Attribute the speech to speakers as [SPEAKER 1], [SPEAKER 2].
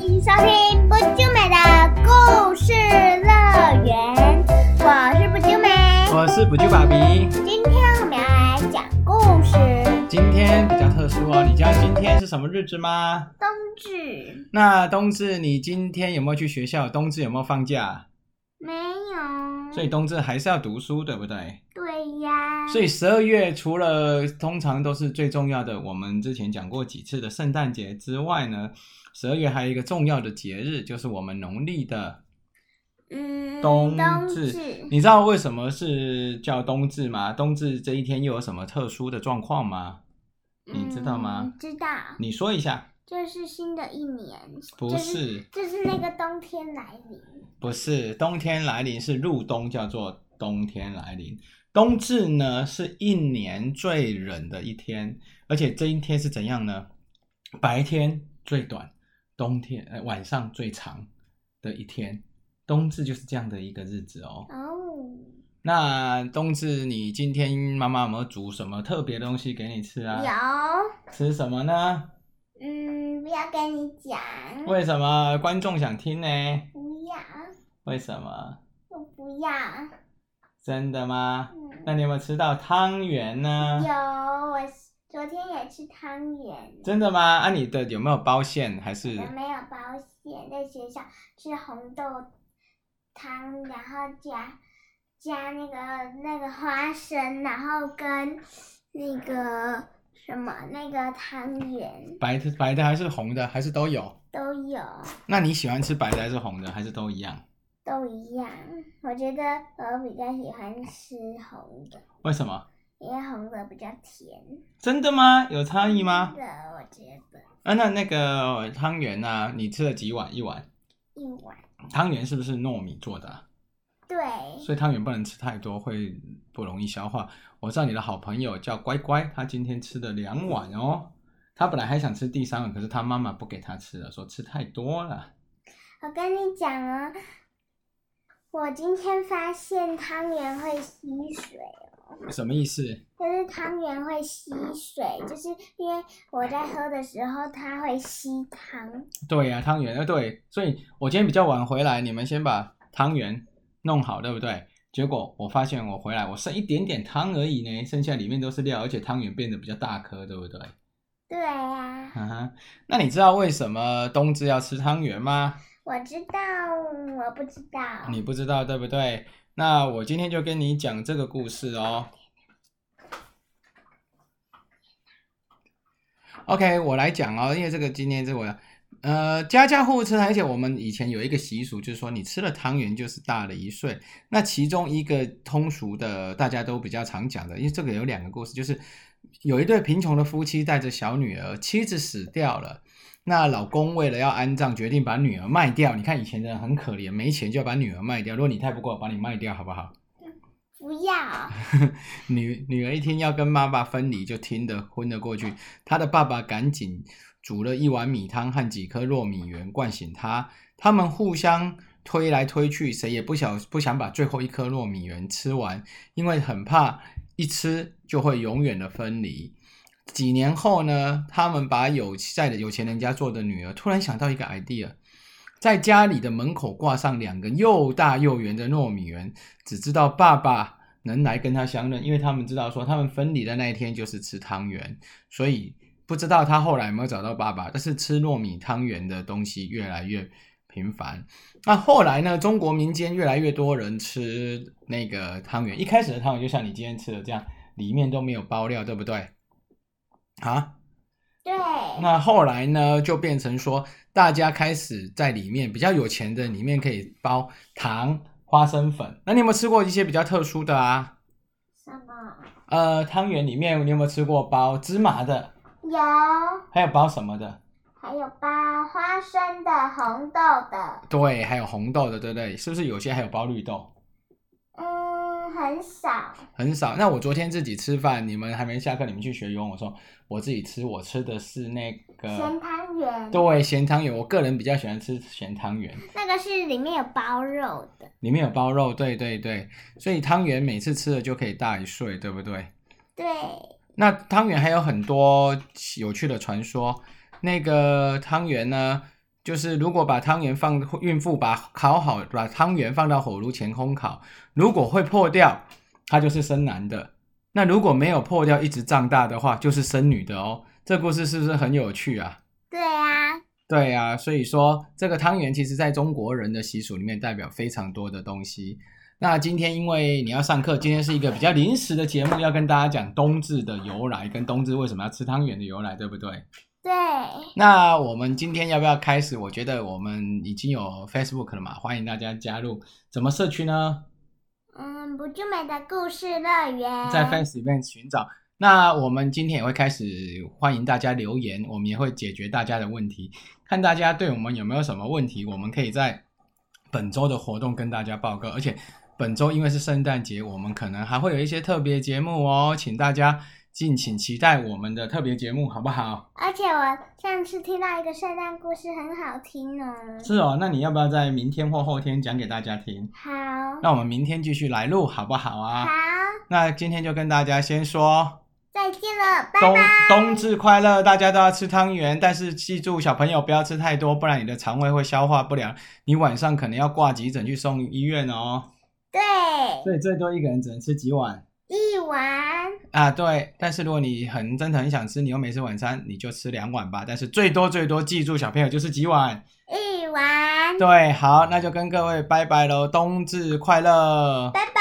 [SPEAKER 1] 迎收听不就美的故事乐园，我是不就美。
[SPEAKER 2] 我是补救爸比，
[SPEAKER 1] 今天我们要来讲故事
[SPEAKER 2] 今天比较特殊哦，你知道今天是什么日子吗？
[SPEAKER 1] 冬至，
[SPEAKER 2] 那冬至你今天有没有去学校？冬至有没有放假？
[SPEAKER 1] 没有。
[SPEAKER 2] 所以冬至还是要读书，对不对？
[SPEAKER 1] 对呀，
[SPEAKER 2] 所以十二月除了通常都是最重要的，我们之前讲过几次的圣诞节之外呢，十二月还有一个重要的节日，就是我们农历的。
[SPEAKER 1] 嗯，
[SPEAKER 2] 冬
[SPEAKER 1] 至
[SPEAKER 2] 至你知道为什么是叫冬至吗？冬至这一天又有什么特殊的状况吗？你知道吗
[SPEAKER 1] 嗯知道，
[SPEAKER 2] 你说一下。
[SPEAKER 1] 这是新的一年，
[SPEAKER 2] 不
[SPEAKER 1] 这
[SPEAKER 2] 是，
[SPEAKER 1] 这是那个冬天来临。
[SPEAKER 2] 不是，冬天来临是入冬，叫做冬天来临。冬至呢是一年最冷的一天，而且这一天是怎样呢？白天最短，冬天呃晚上最长的一天。冬至就是这样的一个日子哦。
[SPEAKER 1] 哦，
[SPEAKER 2] 那冬至，你今天妈妈有没有煮什么特别的东西给你吃
[SPEAKER 1] 哎
[SPEAKER 2] 啊？
[SPEAKER 1] 有，
[SPEAKER 2] 吃什么呢？
[SPEAKER 1] 嗯，不要跟你讲，
[SPEAKER 2] 为什么观众想听呢？
[SPEAKER 1] 不要，
[SPEAKER 2] 为什么？
[SPEAKER 1] 我不要。
[SPEAKER 2] 真的吗？
[SPEAKER 1] 嗯。
[SPEAKER 2] 那你有没有吃到汤圆呢？
[SPEAKER 1] 有，我是昨天也吃汤圆，
[SPEAKER 2] 真的吗？啊，你的有没有包馅？还是
[SPEAKER 1] 我没有保险，在学校吃红豆汤，然后加加那个那个花生，然后跟那个什么那个汤圆
[SPEAKER 2] 白的、白的还是红的，还是都有？
[SPEAKER 1] 都有，
[SPEAKER 2] 那你喜欢吃白的还是红的，还是都一样？
[SPEAKER 1] 都一样。我觉得我比较喜欢吃红的，
[SPEAKER 2] 为什么？
[SPEAKER 1] 因为红的比较甜。
[SPEAKER 2] 真的吗？有差异吗？
[SPEAKER 1] 真的，我觉得
[SPEAKER 2] 啊，那那个汤圆呢、啊？你吃了几碗？一碗
[SPEAKER 1] 一碗
[SPEAKER 2] 汤圆是不是糯米做的啊、
[SPEAKER 1] 对，
[SPEAKER 2] 所以汤圆不能吃太多，会不容易消化。我知道你的好朋友叫乖乖，他今天吃了两碗哦。他本来还想吃第三碗，可是他妈妈不给他吃了，说吃太多了。
[SPEAKER 1] 我跟你讲啊，我今天发现汤圆会吸水，
[SPEAKER 2] 什么意思？
[SPEAKER 1] 就是汤圆会吸水，就是因为我在喝的时候它会吸汤。
[SPEAKER 2] 对呀、汤圆，呃，对，所以我今天比较晚回来，你们先把汤圆弄好，对不对？结果我发现我回来，我剩一点点汤而已呢，剩下里面都是料，而且汤圆变得比较大颗，对不对？
[SPEAKER 1] 对啊呀、
[SPEAKER 2] 哈、哈，那你知道为什么冬至要吃汤圆吗？
[SPEAKER 1] 我知道，我不知道。
[SPEAKER 2] 你不知道，对不对？那我今天就跟你讲这个故事哦。OK，我来讲哦，因为这个今天是我要，呃，家家户户吃，而且我们以前有一个习俗，就是说你吃了汤圆就是大了一岁。那其中一个通俗的，大家都比较常讲的，因为这个有两个故事，就是有一对贫穷的夫妻带着小女儿，妻子死掉了。那老公为了要安葬，决定把女儿卖掉。你看以前的人很可怜，没钱就要把女儿卖掉。如果你太不过，把你卖掉好不好？
[SPEAKER 1] 不要，
[SPEAKER 2] 女女儿一听要跟爸爸分离，就听得昏了过去。她的爸爸赶紧煮了一碗米汤和几颗糯米圆灌醒她。他们互相推来推去，谁也不想不想把最后一颗糯米圆吃完，因为很怕一吃就会永远的分离。几年后呢，他们把有在的有钱人家做的女儿突然想到一个 idea，在家里的门口挂上两个又大又圆的糯米圆，只知道爸爸能来跟他相认，因为他们知道说他们分离的那一天就是吃汤圆，所以不知道他后来有没有找到爸爸，但是吃糯米汤圆的东西越来越频繁。那后来呢，中国民间越来越多人吃那个汤圆，一开始的汤圆就像你今天吃的这样，里面都没有包料，对不对？啊，
[SPEAKER 1] 对，
[SPEAKER 2] 那后来呢，就变成说，大家开始在里面比较有钱的里面可以包糖、花生粉。那你有没有吃过一些比较特殊的啊？
[SPEAKER 1] 什么？
[SPEAKER 2] 呃，汤圆里面你有没有吃过包芝麻的？
[SPEAKER 1] 有，
[SPEAKER 2] 还有包什么的？
[SPEAKER 1] 还有包花生的、红豆的，
[SPEAKER 2] 对，还有红豆的，对不对？是不是有些还有包绿豆？
[SPEAKER 1] 嗯，很少。
[SPEAKER 2] 很少。那我昨天自己吃饭，你们还没下课，你们去学游泳。我说我自己吃，我吃的是那
[SPEAKER 1] 咸
[SPEAKER 2] 个
[SPEAKER 1] 汤圆，
[SPEAKER 2] 对咸汤圆。我个人比较喜欢吃咸汤圆。
[SPEAKER 1] 那个是里面有包肉的，
[SPEAKER 2] 里面有包肉，对对对，所以汤圆每次吃了就可以大一岁，对不对？
[SPEAKER 1] 对。
[SPEAKER 2] 那汤圆还有很多有趣的传说。那个汤圆呢，就是如果把汤圆放孕妇把烤好，把汤圆放到火炉前烘烤，如果会破掉，它就是生男的；那如果没有破掉，一直胀大的话，就是生女的哦。这故事是不是很有趣啊？
[SPEAKER 1] 对啊，
[SPEAKER 2] 对啊，所以说这个汤圆其实在中国人的习俗里面代表非常多的东西。那今天因为你要上课，今天是一个比较临时的节目，要跟大家讲冬至的由来跟冬至为什么要吃汤圆的由来，对不对？
[SPEAKER 1] 对，
[SPEAKER 2] 那我们今天要不要开始？我觉得我们已经有 Facebook 了嘛，欢迎大家加入。怎么社区呢？
[SPEAKER 1] 嗯，不就美的故事乐园，
[SPEAKER 2] 在 Face 里面寻找。那我们今天也会开始欢迎大家留言，我们也会解决大家的问题，看大家对我们有没有什么问题，我们可以在本周的活动跟大家报告。而且本周因为是圣诞节，我们可能还会有一些特别节目哦，请大家敬请期待我们的特别节目，好不好？
[SPEAKER 1] 而且我上次听到一个圣诞故事，很好听呢。
[SPEAKER 2] 是哦，那你要不要在明天或后天讲给大家听？
[SPEAKER 1] 好，
[SPEAKER 2] 那我们明天继续来录，好不好啊？
[SPEAKER 1] 好，
[SPEAKER 2] 那今天就跟大家先说
[SPEAKER 1] 再见了，拜
[SPEAKER 2] 冬
[SPEAKER 1] 拜。
[SPEAKER 2] 冬至快乐，大家都要吃汤圆，但是记住小朋友不要吃太多，不然你的肠胃会消化不良，你晚上可能要挂急诊去送医院哦。
[SPEAKER 1] 对，
[SPEAKER 2] 所以最多一个人只能吃几碗
[SPEAKER 1] 一碗，
[SPEAKER 2] 啊？对，但是如果你很真的很想吃，你又没吃晚餐，你就吃两碗吧。但是最多最多记住小朋友就是几碗。
[SPEAKER 1] 一碗，
[SPEAKER 2] 对，好，那就跟各位拜拜喽，冬至快乐，
[SPEAKER 1] 拜拜。